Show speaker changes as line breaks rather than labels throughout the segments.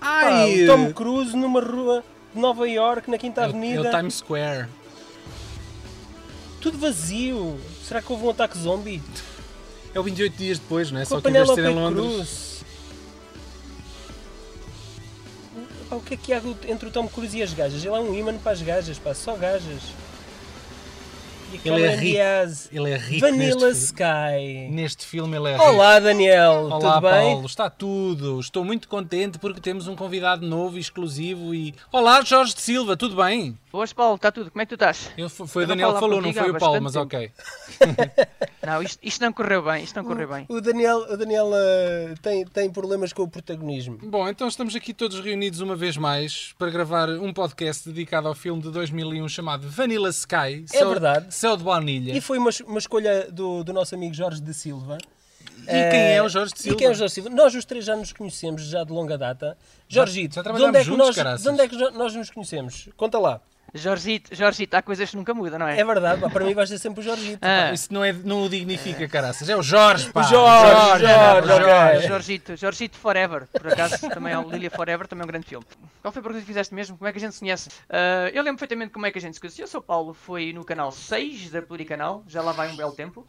que-
Tom Cruise numa rua de Nova York, na Quinta
É o- é
Avenida.
o Times Square.
Tudo vazio. Será que houve um ataque zombie?
É o 28 dias depois, não é?
Com
Só
a
que em vez de
Penélope
ser em Londres.
Cruz. Pá, O que é que há do- entre o Tom Cruise e as gajas? Ele é um imã para as gajas, pá, só gajas. E aquela
Ele é
Andy
rico.
Diaz.
Ele é rico
Vanilla
neste, fi-
Sky.
neste filme. Ele é rico.
Olá, Daniel.
Olá,
tudo bem?
Paulo, está tudo. Estou muito contente porque temos um convidado novo e exclusivo. E... Olá, Jorge de Silva, tudo bem?
Boas, Paulo, está tudo? Como é que tu estás?
Eu, f- foi
Eu
o
não
Daniel que
falava
falou, não
contigo há
foi o Paulo,
bastante
mas ok.
Não, isto, isto não correu bem, isto não correu bem.
O Daniel, o Daniel ah, tem, tem problemas com o protagonismo.
Bom, então estamos aqui todos reunidos uma vez mais para gravar um podcast dedicado ao filme de 2001 chamado Vanilla Sky.
É verdade.
Céu de Baunilha.
E
E,
foi uma, es- uma escolha do, do nosso amigo Jorge de Silva.
quem é o Jorge de Silva?
E quem é o Jorge Silva? Nós os três já nos conhecemos, já de longa data. Jorgito,
já
de,
trabalhámos
onde é que
juntos,
nós,
caraças.
de onde é que jo- nós nos conhecemos? Conta lá.
Jorgito, Jorgito, há coisas que nunca mudam, não é?
É verdade, pá, para mim vai ser sempre o Jorgito.
Ah,
Isso não, é, não o dignifica, caraças. É o Jorge, pá.
O Jorge, Jorge,
Jorge.
ok.
Jorgito, Jorgito Forever, por acaso também é o Lilia Forever, também é um grande filme. Qual foi a pergunta que fizeste mesmo? Como é que a gente se conhece? Ah, eu lembro perfeitamente como é que a gente se conheceu. Eu sou Paulo, foi no canal 6 da Pluricanal, já lá vai um belo tempo.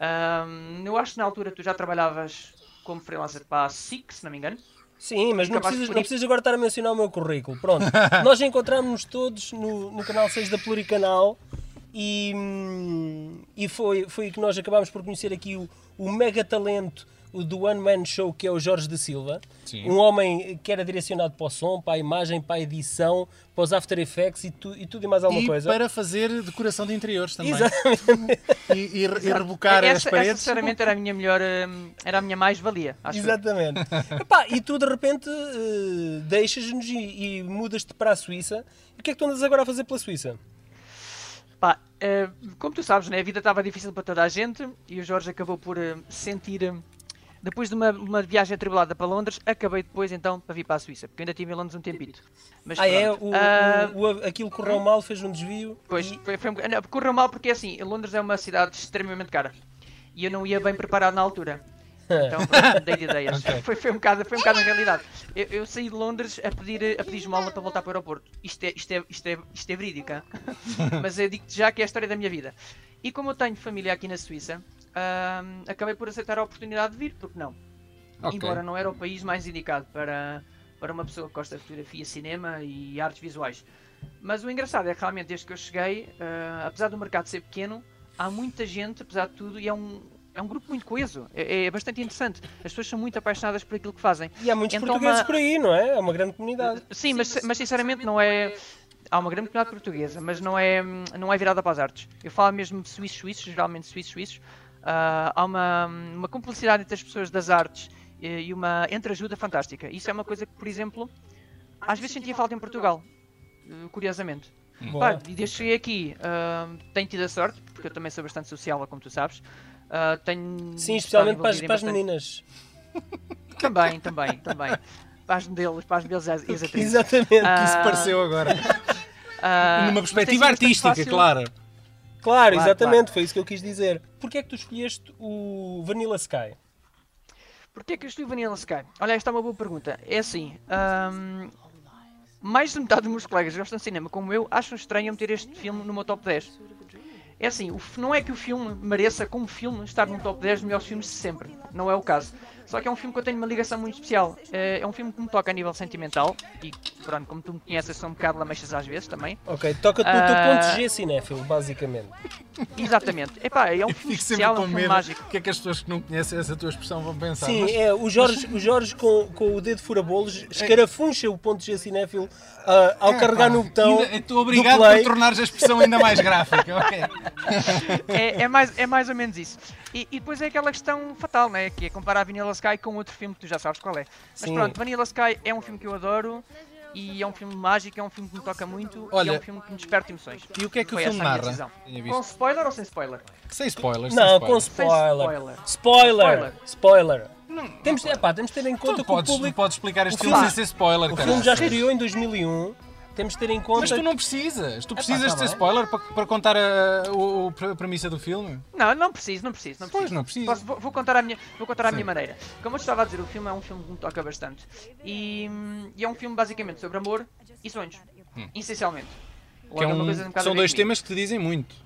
Ah, eu acho que na altura tu já trabalhavas como freelancer para a SIC, se não me engano.
Sim, mas não
Acabaste
precisas,
por
não
isso.
precisas agora estar a mencionar o meu currículo. Pronto, nós encontramos todos no, no canal 6 da Pluricanal e, hum, e foi, foi que nós acabámos por conhecer aqui o, o mega talento o do One Man Show que é o Jorge da Silva.
Sim.
Um homem que era direcionado para o som, para a imagem, para a edição, para os After Effects e, tu- e tudo e mais alguma
E
É coisa.
para fazer decoração de interiores também.
Exatamente.
E, e, re- e rebocar as
essa, essa,
paredes.
sinceramente, era a minha melhor, hum, era a minha mais-valia, acho eu.
Exatamente. Epá, e tu de repente eh, deixas-nos e, e mudas-te para a Suíça. E o que é que tu andas agora a fazer pela Suíça?
Pá, eh, como tu sabes, né, a vida estava difícil para toda a gente e o Jorge acabou por eh, sentir. eh, depois de uma, uma viagem atribulada para Londres, acabei depois então para vir para a Suíça, porque eu ainda estive em Londres um tempito. Mas
Ah, é?
pronto.
O,
Ah,
o- o- aquilo correu mal, fez um desvio.
Pois, foi, foi um boca- não, correu mal porque assim, Londres é uma cidade extremamente cara e eu não ia bem preparado na altura. Então, pronto, mudei de ideias. Foi, foi um bocado, foi um bocado a realidade. Eu, eu saí de Londres a pedir, a pedir esmola para voltar para o aeroporto. Isto é, isto é, isto é, isto é verídico, hã? mas eu digo-te já que é a história da minha vida. E como eu tenho família aqui na Suíça, ahm, acabei por aceitar a oportunidade de vir, porque não?
Ok.
é Embora não era o país mais indicado para, para uma pessoa que gosta de fotografia, cinema e artes visuais. Mas o engraçado é que realmente desde que eu cheguei, eh, apesar do mercado ser pequeno, há muita gente, apesar de tudo, e é um, é um grupo muito coeso. É, é bastante interessante. As pessoas são muito apaixonadas por aquilo que fazem.
E há muitos
Então,
portugueses
uma-
por aí, não é? É uma grande comunidade.
Sim, mas, mas sinceramente não é. Há uma grande comunidade portuguesa, mas não é, não é virada para as artes. Eu falo mesmo de suíços, suíços, geralmente suíços, suíços. Ah, há uma, uma cumplicidade entre as pessoas das artes eh, e uma entreajuda fantástica. Isso é uma coisa que, por exemplo, às vezes sentia falta em Portugal, eh, curiosamente. Pá,
Boa.
e desde que cheguei aqui, ah, tenho tido a sorte, porque eu também sou bastante social, como tu sabes. Ah, tenho
Sim,
estado
especialmente para as,
envolvido em
para as
bastante-
meninas.
Também, também, também. Para as modelos, para as modelos e as- e as atrizes.
Exatamente.
Ah,
Isso pareceu agora.
Ah,
Numa
mas tem sido
perspectiva
bastante
artística,
fácil.
claro.
claro,
claro,
exatamente.
claro.
Foi isso que eu quis dizer. Porquê é que tu escolheste o Vanilla Sky?
Porquê que eu escolhi Vanilla Sky? Olha, esta é uma boa pergunta. É assim, ahm, mais de metade dos meus colegas que gostam de cinema, como eu, acham estranho eu meter este filme no meu top 10. É assim, o f- não é que o filme mereça, como filme, estar num top 10 dos melhores filmes de sempre. Não é o caso. Só que é um filme que eu tenho uma ligação muito especial. É é um filme que me toca a nível sentimental, e pronto, como tu me conheces, sou um bocado lamechas às vezes também.
Ok, toca-te no teu
Ah.
ponto G cinéfilo, basicamente.
Exatamente. Epá, é um
Eu
filme
fico sempre
especial, é
com
um filme
medo.
mágico.
O que é que as pessoas que não conhecem essa tua expressão vão
Tá,
pensar?
Sim,
Mas-
é, o Jorge, o Jorge com, com o dedo
É.
fura-bolos escarafuncha o ponto G cinéfilo ah, ao carregar no botão
Ainda- é, Estou
do
obrigado
play.
por tornares a expressão ainda mais gráfica. ok.
é, é mais, é mais ou menos isso. E, e depois é aquela questão fatal, né? Que é comparar Vanilla Sky com outro filme que tu já sabes qual é. Mas
Sim.
pronto, Vanilla Sky é um filme que eu adoro e é um filme mágico, é um filme que me toca muito
Olha,
e é um filme que me desperta emoções.
E o que é que o
Foi
filme
essa a minha
narra?
decisão.
Tinha visto.
Com spoiler ou sem spoiler?
Sem spoilers. sem
Não, com
spoilers.
spoiler.
Sem spoiler.
Spoiler! Spoiler! Temos, epá, temos de ter em
Tu
conta que o
Então podes,
público
podes explicar este
o
filme
filme-
sem ser spoiler,
O
cara.
filme já estreou em 2001. Temos de ter em conta.
Mas tu não precisas. Tu precisas
tá
de ser
bem.
spoiler para, para contar a, o, o- a premissa do filme?
Não, não preciso, não preciso, não
Pois,
preciso.
não preciso.
Posso- vou, vou contar à minha, vou contar à
Sim.
minha maneira. Como eu te estava a dizer, o filme é um filme que me toca bastante. E, e é um filme basicamente sobre amor e sonhos. Essencialmente.
Que é
Logo, uma
um-
coisa um bocado
são
a ver
dois
comigo.
temas que te dizem muito.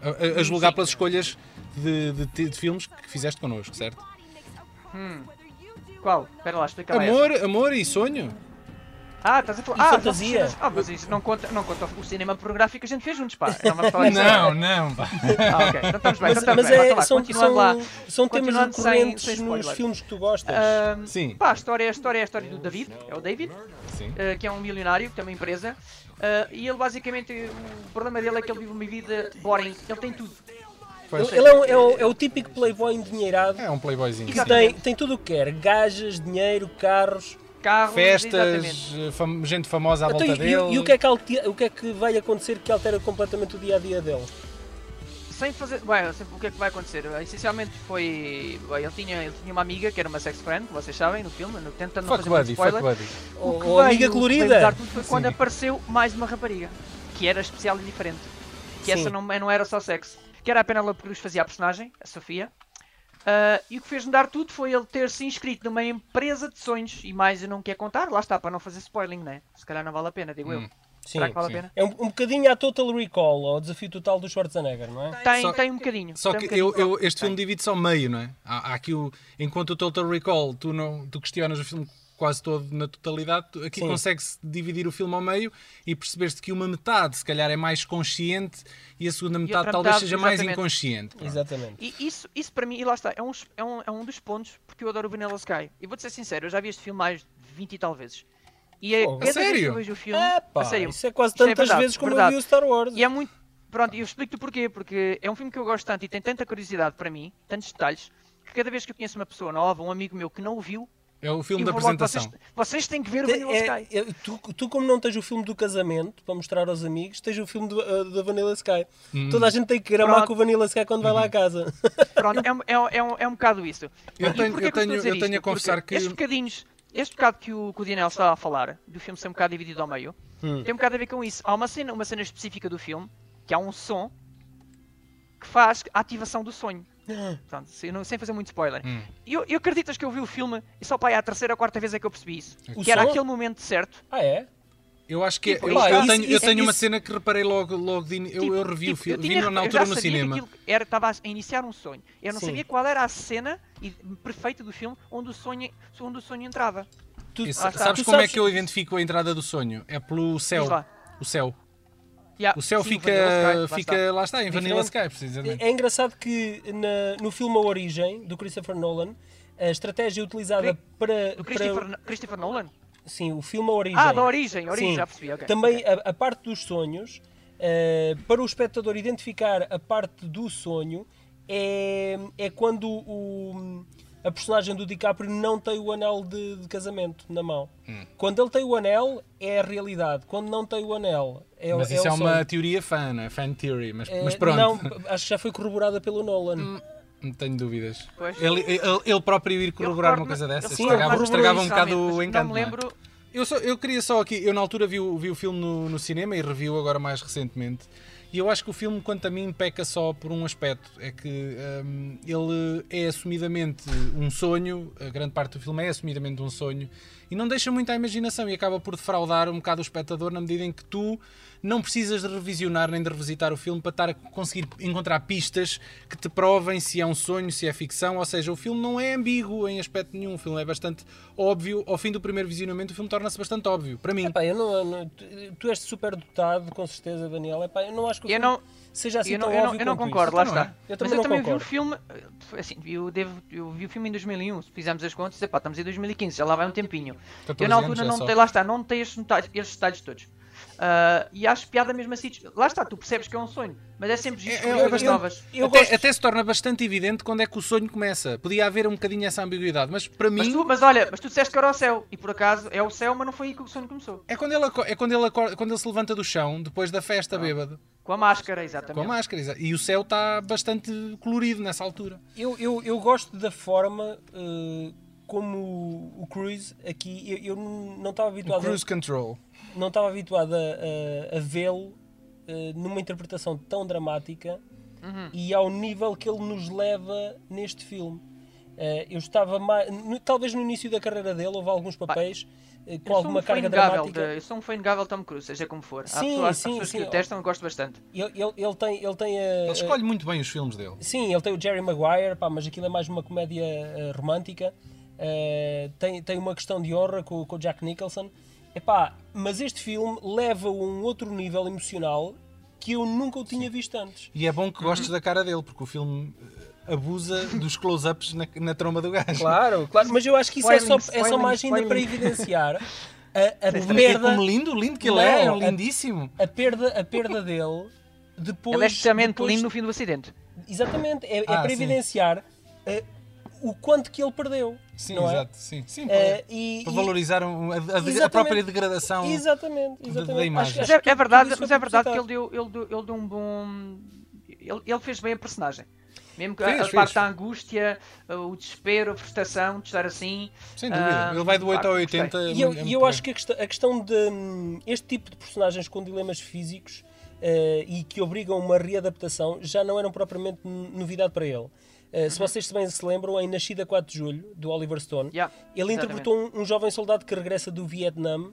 A, a- a julgar
Sim.
pelas escolhas de, de, de- de filmes que fizeste connosco, certo?
Hum. Qual? Espera lá, explica lá essa.
Amor, amor e sonho.
Ah, estás a
E
falar. Ah,
fantasia.
vocês- Ah, mas isso não conta, não conta o cinema pornográfico que a gente fez juntos, pá. Não, vamos falar disso
Não,
agora.
não. vá.
Ah, ok. Então estamos bem,
Mas,
então estamos
mas
bem.
é-
Vá, tá lá,
são,
continuando
são,
lá.
são temas
continuando sem-
recorrentes
sem
nos
spoiler. Ah,
filmes que tu gostas.
Ahm,
Sim.
Pá, a história, a história é a história do David, é o David,
Sim.
eh, que é um milionário, que tem uma empresa, eh, e ele basicamente, o problema dele é que ele vive uma vida boring, ele tem tudo.
Pois.
ele é, um- é o, é o típico playboy endinheirado
É um playboyzinho.
que
Exato.
tem, tem tudo o que quer: gajas, dinheiro, carros.
Carros, exatamente.
Festas, fam- gente famosa à
Então,
volta
e,
dele.
e o- e o, que é que alte- o que é que vai acontecer que altera completamente o dia a dia dele?
Sem fazer. Bem, sem- o que é que vai acontecer? Eh, Essencialmente foi. Bem, ele, tinha, ele tinha uma amiga que era uma sex friend, vocês sabem, no filme, no- tentando não
Fuck
fazer muito
buddy, fuck
spoiler.
buddy.
Ou,
O que
ou amiga
veio mudar
colorida?
tudo foi quando
Sim.
apareceu mais uma rapariga, que era especial e diferente. Que
Sim.
essa não, não era só sexo. Que era a Penélope Cruz que fazia a personagem, a Sofia. Ah, e o que fez mudar tudo foi ele ter se inscrito numa empresa de sonhos. E mais eu não quero contar, lá está, para não fazer spoiling, né? Se calhar não vale a pena, digo
Hum.
eu.
Sim.
Será que vale
sim.
a pena?
É um, um bocadinho à Total Recall, ao desafio total do Schwarzenegger, não é?
Tem,
Só-
tem um bocadinho.
Só
tem um
que
bocadinho.
eu, eu- este filme divide-se ao meio, não é? Há, há aqui o. Enquanto o Total Recall, tu, não, tu questionas o filme quase todo na totalidade, tu- aqui
Sim.
consegue-se dividir o filme ao meio e perceber-se que uma metade, se calhar, é mais consciente e a segunda metade
outra
talvez
metade,
seja mais
exatamente.
inconsciente. Pronto.
Exatamente.
E isso, isso para mim, e lá está, é um, es- é, um, é um dos pontos porque eu adoro o Vanilla Sky. E vou-te ser sincero, eu já vi este filme mais de 20 e tal vezes. E é
Fogo, a
cada vez que
sério?
eu vejo o filme,
É, pá,
a sério,
isso é quase
Isso é
tantas
verdade,
vezes como
verdade.
eu vi o Star Wars.
E é muito. Pronto, eu explico-te porquê, porque é um filme que eu gosto tanto e tem tanta curiosidade para mim, tantos detalhes, que cada vez que eu conheço uma pessoa nova, um amigo meu que não o viu,
É o filme
eu
da
vou logo, vocês,
apresentação.
vocês têm que ver o
Te-
Vanilla
é-
Sky.
é- tu, tu, como não tens o filme do casamento para mostrar aos amigos, tens o filme do- eh, da Vanilla Sky.
Hum.
Toda a gente tem que gramar
Pronto.
com o Vanilla Sky quando vai lá
Uhum.
a casa.
Pronto, é, um- é, um- é, um- é um bocado isso.
Eu tenho-
E porquê
eu
que estou a
tenho-
dizer
eu tenho
isto?
a confessar
Porque
que-
Estes bocadinhos, este bocado que o, que o Daniel estava a falar, do filme ser um bocado dividido ao meio,
Hum.
tem um bocado a ver com isso. Há uma cena, uma cena específica do filme, que há um som que faz a ativação do sonho. Pronto, sem, não- sem fazer muito spoiler.
Hum.
E eu, eu acreditas que eu vi o filme e só pá, é a terceira ou quarta vez é que eu percebi isso.
O
que era
som?
aquele momento certo.
Ah, é?
Eu acho que é-
Tipo,
eu,
pá,
eu
isso-
tenho, eu
isso-
tenho uma
isso-
cena que reparei logo, logo de in- eu,
Tipo-
eu revi o
tipo, eu
filme,
tinha-
vi na
eu
altura
já
no
sabia que
cinema.
aquilo era- Estava a iniciar um sonho. Eu não
Sim.
sabia qual era a cena e- perfeita do filme onde o sonho, onde o sonho entrava.
Tu,
E sa-
Ah, tá.
sabes
tu
como é que eu identifico a entrada do sonho? É pelo céu.
Diz lá.
O céu.
Yeah,
O céu
sim,
fica,
Vanilla Sky, lá
fica
está.
lá está, em Vanilla
Diferente.
Sky, precisamente.
É engraçado que na- no filme A Origem, do Christopher Nolan, a estratégia utilizada
Cri-
para.
Do Christopher,
para
No- Christopher Nolan?
sim, o filme A Origem.
Ah, da Origem, Origem,
Sim.
já percebi. ok,
Também
ok.
a, a parte dos sonhos, eh, para o espectador identificar a parte do sonho, é, é quando o, a personagem do DiCaprio não tem o anel de, de casamento na mão.
Hum.
Quando ele tem o anel, é a realidade. Quando não tem o anel, é, o-
Mas
é
isso
o
é uma
sonho.
teoria fã, não é? Fan theory, mas,
Eh,
mas pronto.
Não,
Não,
acho que já foi corroborada pelo Nolan.
Hum.
tenho dúvidas.
Pois.
Ele, ele, ele próprio ir
Eu
corroborar uma
recordo-me-
coisa
eu
dessas
recordo-me
estragava,
mais
estragava um
precisamente,
bocado o
mas
encanto.
Não
não
me
é?
lembro.
Eu, só, eu queria só aqui, eu na altura vi o, vi o filme no, no cinema e revi-o agora mais recentemente. E eu acho que o filme, quanto a mim, peca só por um aspecto: é que hum, ele é assumidamente um sonho, a grande parte do filme é assumidamente um sonho, e não deixa muito à imaginação e acaba por defraudar um bocado o espectador na medida em que tu não precisas de revisionar nem de revisitar o filme para estar a conseguir encontrar pistas que te provem se é um sonho, se é ficção, ou seja, o filme não é ambíguo em aspecto nenhum, o filme é bastante óbvio, ao fim do primeiro visionamento o filme torna-se bastante óbvio, para mim.
Epá, eu não, eu não- tu- tu és super dotado, com certeza, Daniel. Epá, eu não acho que o
Eu
filme
não-
seja assim
eu não,
tão
eu não,
óbvio
eu não
quanto
concordo,
isso.
lá
Então
está.
não é.
Eu
Mas
também
eu
não
também vi
concordo.
o filme, eh, assim, eu, devo, eu vi o filme em 2001, se fizermos as contas, epá, estamos em 2015, já lá vai um tempinho.
14
Eu na
anos já
altura não
só.
notei, lá está, não notei estes detalhes, estes detalhes todos. Ah, e acho piada mesmo assim, lá está, tu percebes que é um sonho, mas é sempre
É-
giro
é
descobrir coisas
bastante-
novas.
Eu
até,
gosto-
até se torna bastante evidente quando é que o sonho começa. Podia haver um bocadinho essa ambiguidade, mas para mim.
Mas, tu, mas olha, mas tu disseste que era o céu, e por acaso é o céu, mas não foi aí que o sonho começou.
É quando ele, aco- é quando ele, acorda- quando ele se levanta do chão, depois da festa bêbado,
Com a máscara,
com a
exatamente.
máscara. exa- E o céu está bastante colorido nessa altura.
Eu, eu, eu gosto da forma eh, como o, o Cruise aqui, eu, eu n- não estava
Um
habituado,
cruise control.
a, não estava habituado a, a- a vê-lo eh, numa interpretação tão dramática
Uhum.
e ao nível que ele nos leva neste filme. Eh, eu estava mais, no- talvez no início da carreira dele houve alguns papéis eh, com
Ele só
alguma
um foi
carga
inegável,
dramática.
de- eu sou um fã inegável de Tom Cruise, seja como for.
Sim,
há
sim,
pessoas, há pessoas
sim,
que
ó.
o testam, eu gosto bastante.
Ele, ele- ele tem, ele tem a-
Ele
a-
escolhe muito bem os filmes dele.
Sim, ele tem o Jerry Maguire, pá, mas aquilo é mais uma comédia eh, romântica. Eh, tem, tem uma questão de honra com, com o Jack Nicholson. Epá, mas este filme leva a um outro nível emocional que eu nunca o tinha visto antes.
E é bom que gostes da cara dele, porque o filme eh, abusa dos close-ups na, na tromba do gajo.
Claro, claro. Mas eu acho que isso é só,
Spoiling,
é só mais ainda
spoiling,
para evidenciar a, a
É
perda,
como lindo, lindo que ele
Não,
é, é
a-
lindíssimo.
a, perda, a perda dele depois.
Ele é especialmente
depois-
lindo no fim do acidente.
Exatamente, é, é
Ah,
para
sim.
evidenciar eh, o quanto que ele perdeu.
Sim,
não é?
exato, sim. sim
Eh,
para,
e-
para
e-
valorizar um- a, a- a
Exatamente.
própria degradação.
Exatamente,
da
exatamente.
imagem.
Mas
que-
é,
que
é
tudo
verdade,
isso
mas
foi
é verdade que ele
propositado.
deu, ele, deu, ele deu um bom. Ele, ele fez bem a personagem. Mesmo que a-
Fez,
a,
fez.
parte da angústia, o desespero, a frustração de estar assim.
Sem dúvida.
Ah,
ele vai do 8 ao
pá, gostei.
80.
E eu,
é
e
muito
eu
bem.
acho que a quest- a questão, de hum, este tipo de personagens com dilemas físicos eh, e que obrigam uma readaptação já não eram propriamente n- novidade para ele. Eh,
Uhum.
se vocês bem se lembram, em Nascida 4 de Julho, do Oliver Stone,
Yeah,
ele
exatamente.
interpretou um, um jovem soldado que regressa do Vietnã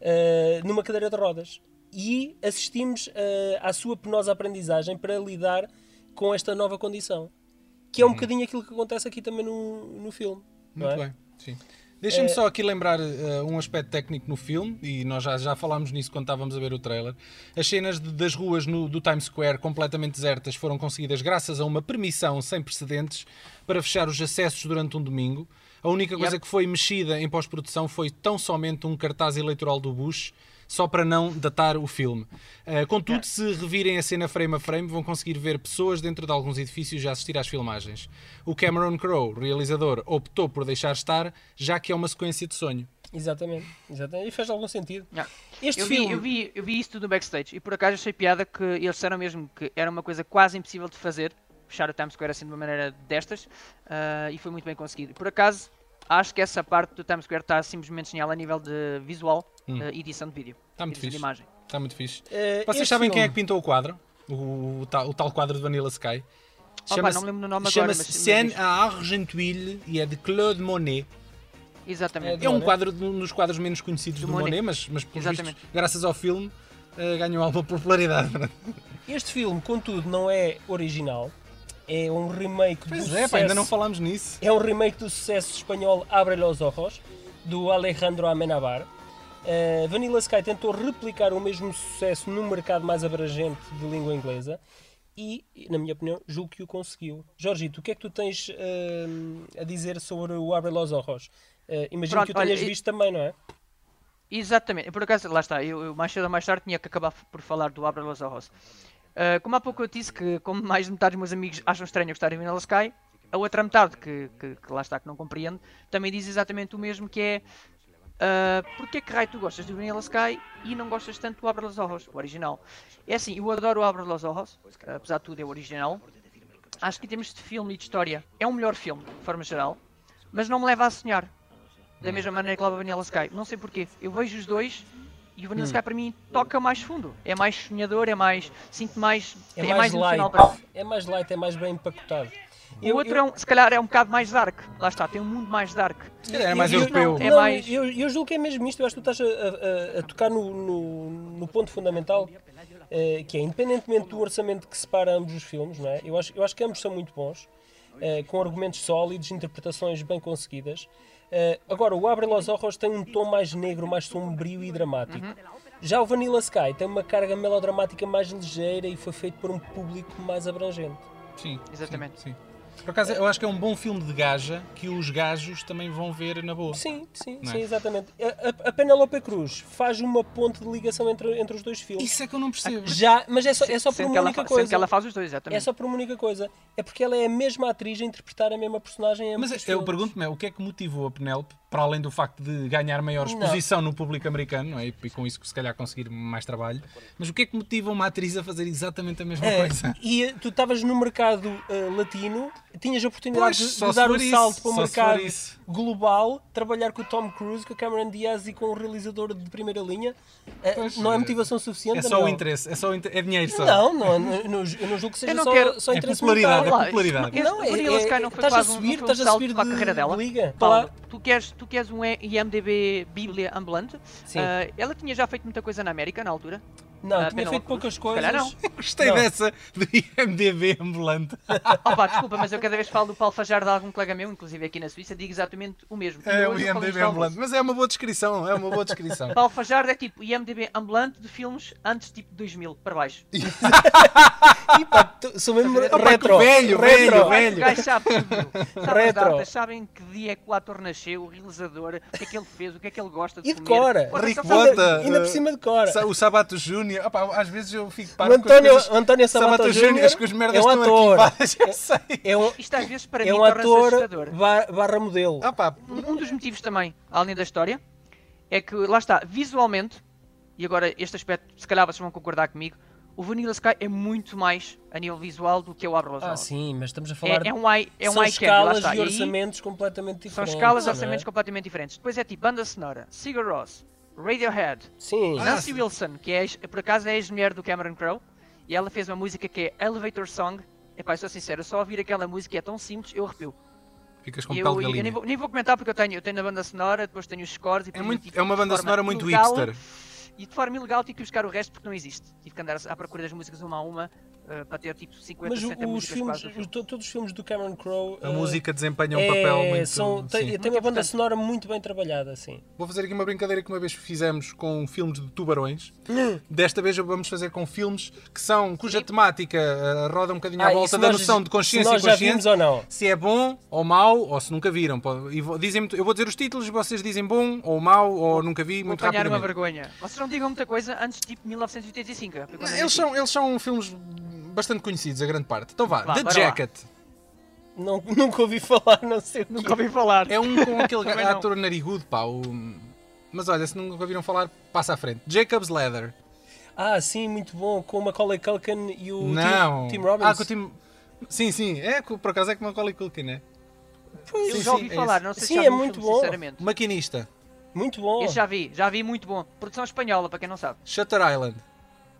eh, numa cadeira de rodas. E assistimos eh, à sua penosa aprendizagem para lidar com esta nova condição. Que é um bocadinho aquilo que acontece aqui também no, no filme. não
Uhum. Muito
é?
bem, sim. Deixa-me só aqui lembrar eh, um aspecto técnico no filme, e nós já, já falámos nisso quando estávamos a ver o trailer. As cenas de- das ruas no- do Times Square completamente desertas foram conseguidas graças a uma permissão sem precedentes para fechar os acessos durante um domingo. A única coisa que foi mexida em pós-produção foi tão somente um cartaz eleitoral do Bush, só para não datar o filme. Eh, contudo, se revirem a cena frame a frame, vão conseguir ver pessoas dentro de alguns edifícios a assistir às filmagens. O Cameron Crowe, realizador, optou por deixar estar, já que é uma sequência de sonho.
Exatamente, exatamente. E fez algum sentido.
Yeah.
Este
Eu vi,
filme.
eu, vi, eu vi isso tudo no backstage e por acaso achei piada que eles disseram mesmo que era uma coisa quase impossível de fazer, fechar o Times Square assim de uma maneira destas ah, e foi muito bem conseguido. Por acaso acho que essa parte do Times Square está simplesmente genial a nível de visual, ah, edição de vídeo,
Está muito
edição
fixe.
de imagem.
Está muito fixe.
eh,
Vocês
este
sabem quem é que
filme-
pintou o quadro? O, o tal, o tal quadro de Vanilla Sky?
Opa,
Chama-se-
não me lembro do nome agora,
Chama-se
mas- mas
Seine
isto-
à Argenteuil e é de Claude Monet.
Exatamente.
É
É um
Monet.
quadro de- um dos quadros menos conhecidos do,
Do
Monet,
Monet.
mas, mas pelos
Exatamente.
vistos, graças ao filme, eh, ganhou alguma popularidade.
Este filme, contudo, não é original. É um remake do
Pois é,
sucesso.
pá, ainda não falámos nisso.
É um remake do sucesso espanhol Abre los ojos, do Alejandro Amenabar. Eh, Vanilla Sky tentou replicar o mesmo sucesso num mercado mais abrangente de língua inglesa e, na minha opinião, julgo que o conseguiu. Jorgito, o que é que tu tens eh, a dizer sobre o Abre los ojos? Eh, imagino
Pronto,
que o tenhas
olha, e-
visto também, não é?
Exatamente, por acaso, lá está, eu, eu mais cedo ou mais tarde tinha que acabar f- por falar do Abra Los Arroz. como há pouco eu disse que, como mais de metade dos meus amigos acham estranho eu gostar de Vanilla Sky, a outra metade, que, que- que lá está, que não compreende, também diz exatamente o mesmo, que é ah, porque é que raio tu gostas do Vanilla Sky e não gostas tanto do Abra Los Arroz, o original. É assim, eu adoro o Abra Los Arroz, apesar de tudo é o original. Acho que em termos de filme e de história, é o melhor filme, de forma geral, mas não me leva a sonhar. Da mesma maneira que lava Vanilla Sky. Não sei porquê. Eu vejo os dois e o Vanilla
Hum.
Sky para mim toca mais fundo. É mais sonhador, é mais. Sinto mais.
É mais,
emocional
light,
para mim.
é mais light, é mais bem empacotado.
O outro, é um, se calhar, é um bocado mais dark. Lá está, tem um mundo mais dark.
Se calhar é mais
eu-
europeu.
é
não,
mais-
Eu, eu julgo que é mesmo isto. Eu acho que tu estás a, a- a tocar no, no- no ponto fundamental, eh, que é independentemente do orçamento que separa ambos os filmes, não é? Eu acho, eu acho que ambos são muito bons, eh, com argumentos sólidos, interpretações bem conseguidas. Eh, agora, o Abre los Ojos tem um tom mais negro, mais sombrio e dramático. Já o Vanilla Sky tem uma carga melodramática mais ligeira e foi feito por um público mais abrangente.
Sim,
Exatamente.
Sim, sim. Por acaso, eu acho que é um bom filme de gaja que os gajos também vão ver na boa.
Sim, sim,
Não é?
sim, exatamente. A, a, a Penelope Cruz faz uma ponte de ligação entre, entre os dois filmes.
Isso é que eu não percebo.
Já, mas é só, é só por
Sendo
uma
que ela
única
fa- sendo
coisa.
que ela faz os dois,
É
exatamente.
só por uma única coisa. É porque ela é a mesma atriz a interpretar a mesma personagem. em ambos os
Mas eu
filmes.
pergunto-me, o que é que motivou a Penélope, para além do facto de ganhar maior
Não.
exposição no público americano, não é? e com isso se calhar conseguir mais trabalho, mas o que é que motiva uma atriz a fazer exatamente a mesma
É,
coisa?
e eh, tu estavas no mercado eh, latino tinhas a oportunidade
Pois,
de,
só
de
se
dar
for
o
isso,
salto para o
só se for
mercado
isso.
global, trabalhar com o Tom Cruise, com a Cameron Diaz e com o realizador de primeira linha. Eh,
Pois,
não é
eh,
motivação suficiente?
É só o
Daniel?
interesse, é só o inter- é dinheiro só.
Não, não, eu não, eu não julgo que seja
não
só,
quero-
só
É
interesse
popularidade,
monetário.
é popularidade.
Este-
Não, é-
o Vanilla
é-
Sky não foi
estás a
quase um-
subir,
não foi um
estás a
salto
subir
para a
de
carreira dela.
liga.
Paulo,
Olá.
tu, queres, tu queres um IMDB Bíblia ambulante.
Sim.
Ah, ela tinha já feito muita coisa na América na altura.
Não,
Ah,
tinha
Penelope
feito poucas
Cruz, se
coisas.
calhar não.
Gostei
Não.
dessa do IMDB ambulante.
Opa, Oh, desculpa, mas eu cada vez que falo do Paulo Fajardo a algum colega meu, inclusive aqui na Suíça, digo exatamente o mesmo.
É
Ainda
o
hoje eu falo
IMDB
isto ao almoço.
ambulante. Mas é uma boa descrição, é uma boa descrição.
Paulo Fajardo é tipo IMDB ambulante de filmes antes tipo 2000 para baixo.
E pá, tu- sou mesmo
Opa, que
retro.
velho,
retro.
velho,
O
velho.
gajo sabe tudo. meu. Sabe as
Retro.
datas, sabem que dia é que o ator nasceu, o realizador, o que é que ele fez, o que é que ele gosta de
E
comer.
decora.
Ora,
Rick
só sabe-
Bonta.
Ainda por
eh,
cima de cor.
Sa- O Sabato Júnior. Opá, Às vezes eu fico
O
parado com as
António-
coisas-
António Sabato Júnior
as- que as merdas
é um
estão
ator.
arquivadas, eu sei.
É um,
Isto às vezes para
é
mim
um
torna-se
ator
assustador.
ba- barra modelo.
Ah pá,
Um um dos motivos também, além da história, é que lá está, visualmente, e agora este aspecto, se calhar vocês vão concordar comigo, o Vanilla Sky é muito mais a nível visual do que o Abra
Ah, sim, mas estamos a falar
É, é um eye, é um
são
eye candy, lá
escalas
está.
e
E aí
orçamentos completamente
são
diferentes.
escalas e
não é?
orçamentos completamente diferentes. Depois é tipo banda sonora, Sigur Rós, Radiohead,
Sim.
Ah,
Nancy
sim.
Wilson, que é ex- por acaso é ex-mulher do Cameron Crowe, e ela fez uma música que é Elevator Song. Epá, eu sou sincero, só ouvir aquela música é tão simples, eu arrepio.
ficas com
E
pele
eu,
de
eu nem,
galinha.
vou, nem vou comentar porque eu tenho, eu tenho a banda sonora, depois tenho os scores e
É,
depois
muito-
eu tive
é uma
de
banda
forma
sonora muito
ilegal-
hipster.
E de forma ilegal tive que buscar o resto porque não existe. Tive que andar à procura das músicas uma a uma eh, para ter tipo 50,
Mas o-
60
os
músicas
filmes,
quase do filme.
o- to- todos os filmes do Cameron Crowe.
A
eh,
música desempenha um
é-
papel muito.
são-
sim.
tem, tem
Muito
uma banda
importante.
sonora muito bem trabalhada, sim.
Vou fazer aqui uma brincadeira que uma vez fizemos com filmes de tubarões.
Hum.
Desta vez vamos fazer com filmes que são, cuja temática eh, roda um bocadinho à
Ah, e
volta
se
da
nós-
noção de consciência
se
e
nós já
consciência.
vimos ou não?
Se é bom ou mau, ou se nunca viram. Pô, e vou- dizem-me- eu vou dizer os títulos e vocês dizem bom ou mau ou nunca vi,
Vou
muito
apanhar uma
rapidamente.
vergonha. Vocês não digam muita coisa antes de tipo 1985. porque quando
Não,
eu
Eles
nasci-
são, eles são filmes bastante conhecidos, a grande parte. Então vá,
Vá,
The
bora lá.
Jacket.
Não, nunca ouvi falar, não sei o que.
Nunca ouvi falar.
É um com aquele
Também não.
ator narigudo, pá. o- Mas olha, se nunca ouviram falar, passa à frente. Jacob's Ladder.
Ah, sim, muito bom, com o Macaulay Culkin e o
não.
Tim, Tim Robbins.
Ah, com o Tim... Sim, sim. É, com- por acaso é com Macaulay Culkin, né?
Pois,
Eu
Sim,
já
sim,
ouvi
é
falar,
isso.
não sei
Sim,
se já
é
vi o
muito
filme,
bom.
sinceramente.
Maquinista.
Muito bom.
Esse já vi, já vi muito bom. Produção espanhola, para quem não sabe.
Shutter Island.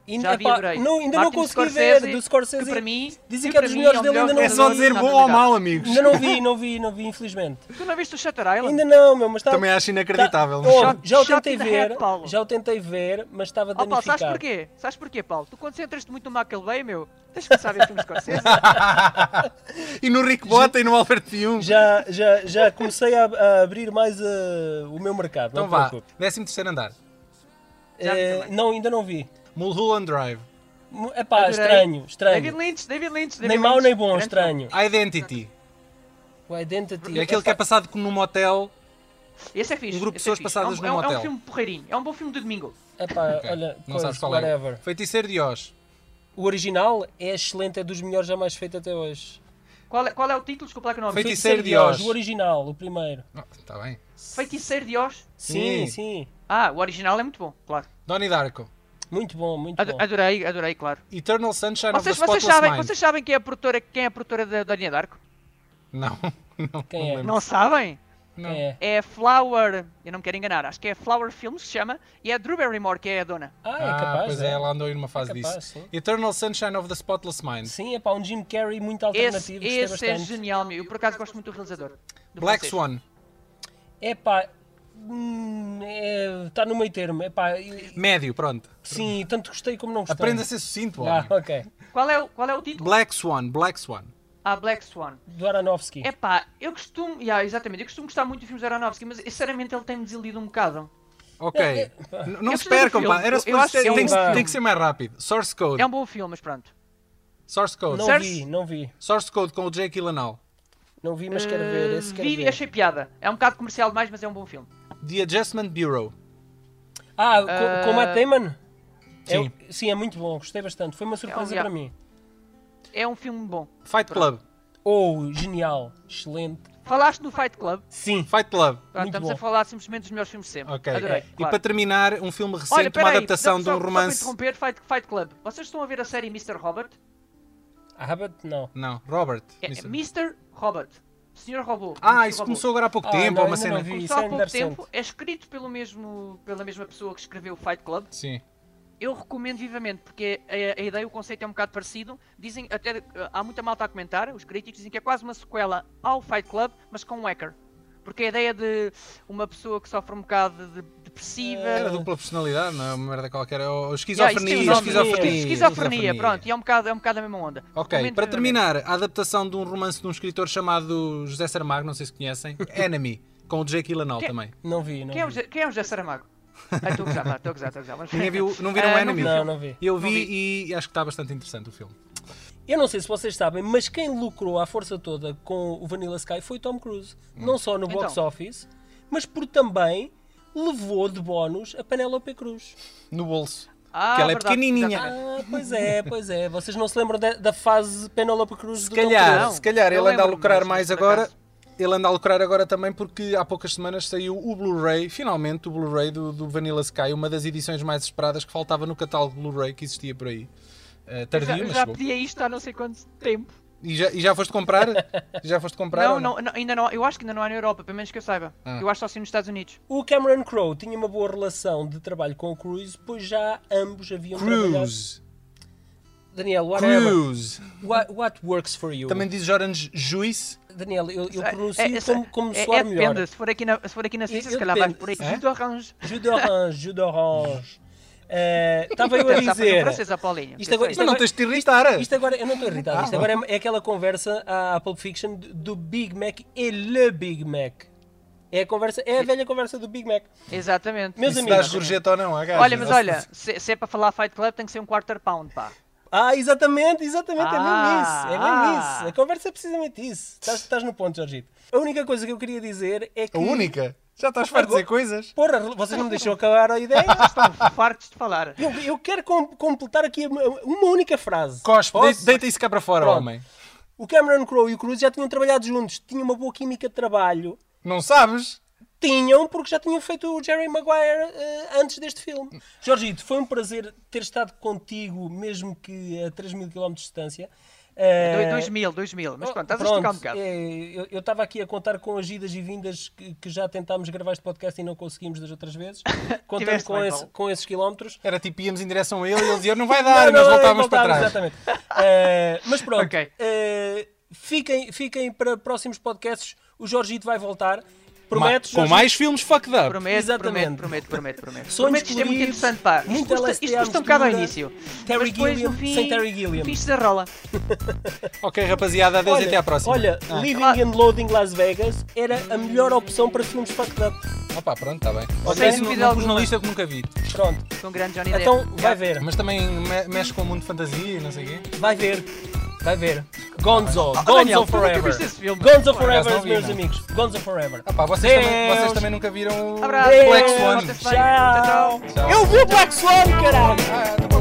E-
Já vi,
epá,
adorei.
não, ainda
Martin
não consegui
Scorsese,
ver do Scorsese.
que para mim-
dizem
que
que é
para
dos
mim
melhores
é o
dele, ainda
melhor
não
É só
vi.
dizer
não,
bom
não,
ou
não.
mau, amigos.
Ainda não vi, não vi, não vi, infelizmente.
Tu não viste o Shutter Island?
Ainda não, meu, mas está.
Também acho inacreditável.
tá- oh,
mas-
Shot-
já o
shot
tentei
in the
ver,
head, Paulo.
já o tentei ver, mas estava
Oh, Paulo,
danificado.
sabes porquê? Sabes porquê, Paulo? Tu concentras-te muito no McAlvey, meu. Tens que saber filmes Scorsese.
e no Rick Bota e no Albert Fium.
Já, já, já comecei a, a abrir mais eh, o meu mercado,
Então
não
vá,
te preocupes.
13 terceiro andar.
Já vi
Eh,
também.
não, ainda não vi.
Mulholland Drive.
É pá,
Adorei.
estranho,
David
estranho.
Lynch, David Lynch. David
Nem mau
Lynch.
nem bom, é um
Grande
estranho.
Identity.
O Identity.
É aquele que
epá,
é passado como num motel.
filme. Esse é fixe.
Um grupo de
esse é
pessoas
fixe.
passadas
é um,
num
é um- É
hotel.
um filme porreirinho. É um bom filme de domingo.
Epá,
Ok,
Ah, olha,
não sabes
coisa,
qual
whatever.
é. Feiticeiro de Oz.
O original é excelente, é dos melhores jamais feito até hoje.
Qual é, qual é o título? Desculpa lá que eu não ouvi.
Feiti-
Feiticeiro,
Feiticeiro de Oz.
O original, o primeiro.
Está Ah, tá bem.
de Oz.
Sim.
Sim, sim.
Ah, o original é muito bom, claro.
Donnie Darko.
Muito bom, muito
Ado-
bom.
adorei, adorei, claro.
Eternal Sunshine
Vocês,
of the
vocês,
É Spotless
sabem,
Mind.
vocês sabem quem é a produtora, quem é a produtora da Dania Darko?
Não, não.
Quem é?
não lembro.
Não sabem?
Não.
É.
É a Flower, eu não me quero enganar, acho que é Flower Films que se chama, e é a Drew Barrymore que é a dona.
Ah, é
Ah,
capaz.
pois é, ela andou aí numa fase
capaz,
disso.
sim.
Eternal Sunshine of the Spotless Mind.
Sim, é para um Jim Carrey muito
Esse,
alternativo. gostei
esse é
bastante.
genial, meu. Eu por acaso gosto muito do realizador. do
Black
francês.
Swan.
É pá. hum, é- Está no meio termo. É pá. e-
Médio, pronto.
Sim, tanto gostei como não gostei.
Aprenda a ser sucinto,
Ah,
homem.
ok.
Qual é, o- qual é o título?
Black Swan, Black Swan.
Ah, Black Swan.
Do Aronofsky.
Epá, eu costumo. Yeah, exatamente, eu costumo gostar muito de filmes de Aronofsky, mas sinceramente ele tem-me desilido um bocado.
Ok.
É,
N- Não
Eu
se
preciso de
percam,
filme.
pá. Era
Eu
suposto
acho
ser-
que é
tem,
um
que,
filme.
tem que ser mais rápido. Source Code.
É um bom filme, mas pronto.
Source Code.
Não
Certo.
vi, não vi.
Source Code com o Jake Gyllenhaal.
Não vi, mas quero ver.
Eh,
Esse quero
vi e
ver.
achei piada. É um bocado comercial demais, mas é um bom filme.
The Adjustment Bureau.
Ah, com, com o Matt Damon? É o-
Sim.
sim, é muito bom, gostei bastante.
um
Foi uma surpresa
aliás.
para mim.
É um filme bom.
Fight Club.
Oh, genial, excelente.
Falaste no Fight Club,
Sim.
Fight Club.
pronto,
Muito
estamos
bom.
a falar simplesmente dos melhores filmes de sempre.
Ok.
Adorei.
E
claro.
para terminar, um filme recente,
Olha,
uma
peraí,
adaptação
só-
de um
só para
romance.
interromper, Fight, Fight Club. Vocês estão a ver a série Mr. Robert?
Abbott? Não.
Não, Robert.
É
Mr.
Mr. Robot. Sr. Robô.
Ah,
Mr.
isso
Robô.
começou agora há pouco
Ah,
tempo,
não,
é uma
ainda
cena.
não vi.
Começou
Isso é
há pouco
interessante.
tempo, é escrito pelo mesmo, pela mesma pessoa que escreveu Fight Club.
Sim.
Eu recomendo vivamente, porque a, a ideia, o conceito é um bocado parecido. Dizem, até eh, há muita malta a comentar, os críticos dizem que é quase uma sequela ao Fight Club, mas com um hacker. Porque a ideia de uma pessoa que sofre um bocado de depressiva.
Era dupla personalidade, não é uma merda qualquer. É o- o esquizofrenia,
Yeah, isso tem um nome.
esquizofrenia.
Esquizofrenia, pronto, e é um bocado, é um bocado a mesma onda.
Ok,
Recomendo
para
vivamente.
terminar, a adaptação de um romance de um escritor chamado José Saramago, não sei se conhecem, Enemy, com o Jake Gyllenhaal
Que-
também.
Não vi, não
Quem é o,
vi.
José- quem é o José Saramago? Ah, Estou a gozar, pá, estou a gozar, estou a gozar. mas-
Ninguém viu, não viram
Ah,
Enemy?
Não, não vi.
Eu vi,
Não
e acho que está bastante interessante o filme.
Eu não sei se vocês sabem, mas quem lucrou à força toda com o Vanilla Sky foi Tom Cruise.
Hum.
Não só no box
Então.
office, mas por também levou de bónus a Penélope Cruz.
No bolso.
Ah,
Porque ela é
verdade,
pequenininha.
exatamente.
Ah, pois é, pois é. Vocês não se lembram da, da fase Penélope Cruz
Se
do Tom
calhar,
Cruise.
se calhar ele
Eu
anda a
lembro-me,
lucrar
mas
mais
por
agora.
acaso.
Ele anda a lucrar agora também porque há poucas semanas saiu o Blu-ray, finalmente o Blu-ray do, do Vanilla Sky, uma das edições mais esperadas que faltava no catálogo Blu-ray que existia por aí. Ah,
Eu já,
tardio,
eu
mas
já
chegou.
pedia isto há não sei quanto tempo.
E já, e já foste comprar? já foste comprar?
Não,
ou
não, não, ainda não, eu acho que ainda não há na Europa, pelo menos que eu saiba.
Ah.
Eu acho só assim nos Estados Unidos.
O Cameron Crowe tinha uma boa relação de trabalho com o Cruise, pois já ambos haviam trabalhado.
Cruise.
Daniel, whatever.
Cruise.
What, what works for you?
Também diz Jorans Juice.
Daniel, eu, eu
É-
pronuncio
é- é-
como, como
é-
soar
é
melhor.
depende, se for aqui na, se for aqui na Suíça,
Eu-
se
eu
calhar vais por aí.
depende.
Jus d'orange.
Jus d'orange, jus d'orange. Eh, Estava eu a
Portanto, já foi
dizer.
um francês à Paulinha.
Isto agora-
Mas
Mas
não
é
não
tens de te irritar.
Isto agora, eu não estou irritado, isto agora é, é aquela conversa à, à Pulp Fiction do- do Big Mac e Le Big Mac. É a, conversa, é a velha conversa do Big Mac.
Exatamente.
Meus
Se
amigos.
dás gorjeta ou não, à gaja.
Olha, mas olha, se, se é para falar Fight Club tem que ser um quarter pound, pá.
Ah, exatamente, exatamente, é mesmo
Ah,
isso. É mesmo
ah.
isso. A conversa é precisamente isso. Estás, estás no ponto, Jorgito. A única coisa que eu queria dizer é que.
A única. Já estás farto de dizer coisas?
Porra, vocês não me deixam acabar a ideia.
Estão fartos de falar.
Eu, eu quero com- completar aqui uma, uma única frase.
Cospe,
Posso?
de- deita isso cá para fora,
Pronto.
homem.
O Cameron Crowe e o Cruz já tinham trabalhado juntos, tinham uma boa química de trabalho.
Não sabes?
Tinham, porque já tinham feito o Jerry Maguire eh, antes deste filme. Jorgito, foi um prazer ter estado contigo, mesmo que a 3 mil km de distância. Eh,
2000, 2000. Mas pronto, estás a
Oh, Pronto,
esticar um bocado.
eh, eu- eu estava aqui a contar com as idas e vindas que, que já tentámos gravar este podcast e não conseguimos das outras vezes. Contando
Tiveste
com,
bem,
esse-
Paulo.
com esses quilómetros.
Era tipo, íamos em direção a ele e ele dizia, não vai dar, e
Não,
nós
não, não,
voltávamos para
voltávamos,
trás.
Exatamente. Eh, mas pronto,
Ok.
eh, fiquem, fiquem para próximos podcasts. O Jorgito vai voltar. Prometes?
Ma- com
Jorgito?
mais filmes fucked up.
Prometo, prometo,
Exatamente.
prometo, prometo, prometo.
Sonhos
prometo que isto é muito
coloridos,
interessante, pá. Isto
muita
custa,
LSD
isto
à
custa um bocado ao
mistura,
início.
né? Terry
mas depois,
Gilliam,
no fim,
sem Terry Gilliam.
no fim isto desenrola.
Ok, rapaziada, adeus e até à próxima. Ah.
Olha, Living
Ah.
and Loading Las Vegas era a melhor opção para filmes fucked up.
Opa, pronto, está bem.
Sem
Olha, isso não,
dúvida
não pus na
alguma.
lista que nunca vi.
Pronto.
Com um grande Johnny Depp.
Então vai ver,
Mas também me- mexe com o mundo de fantasia e não sei o quê.
vai ver, vai ver. Gonzo,
Ah,
Gonzo
Daniel, tu nunca viste
Forever.
esse filme?
Gonzo
acaso não
Forever,
vi,
meus
não.
amigos. Gonzo Forever.
Opa, vocês, também,
Deus.
vocês também nunca viram o
Abraço.
Black
Deus.
Swan.
Até semana. Tchau,
Tchau.
tchau.
Tchau.
Eu vi o Black Swan, caralho.
Ah, tá bom.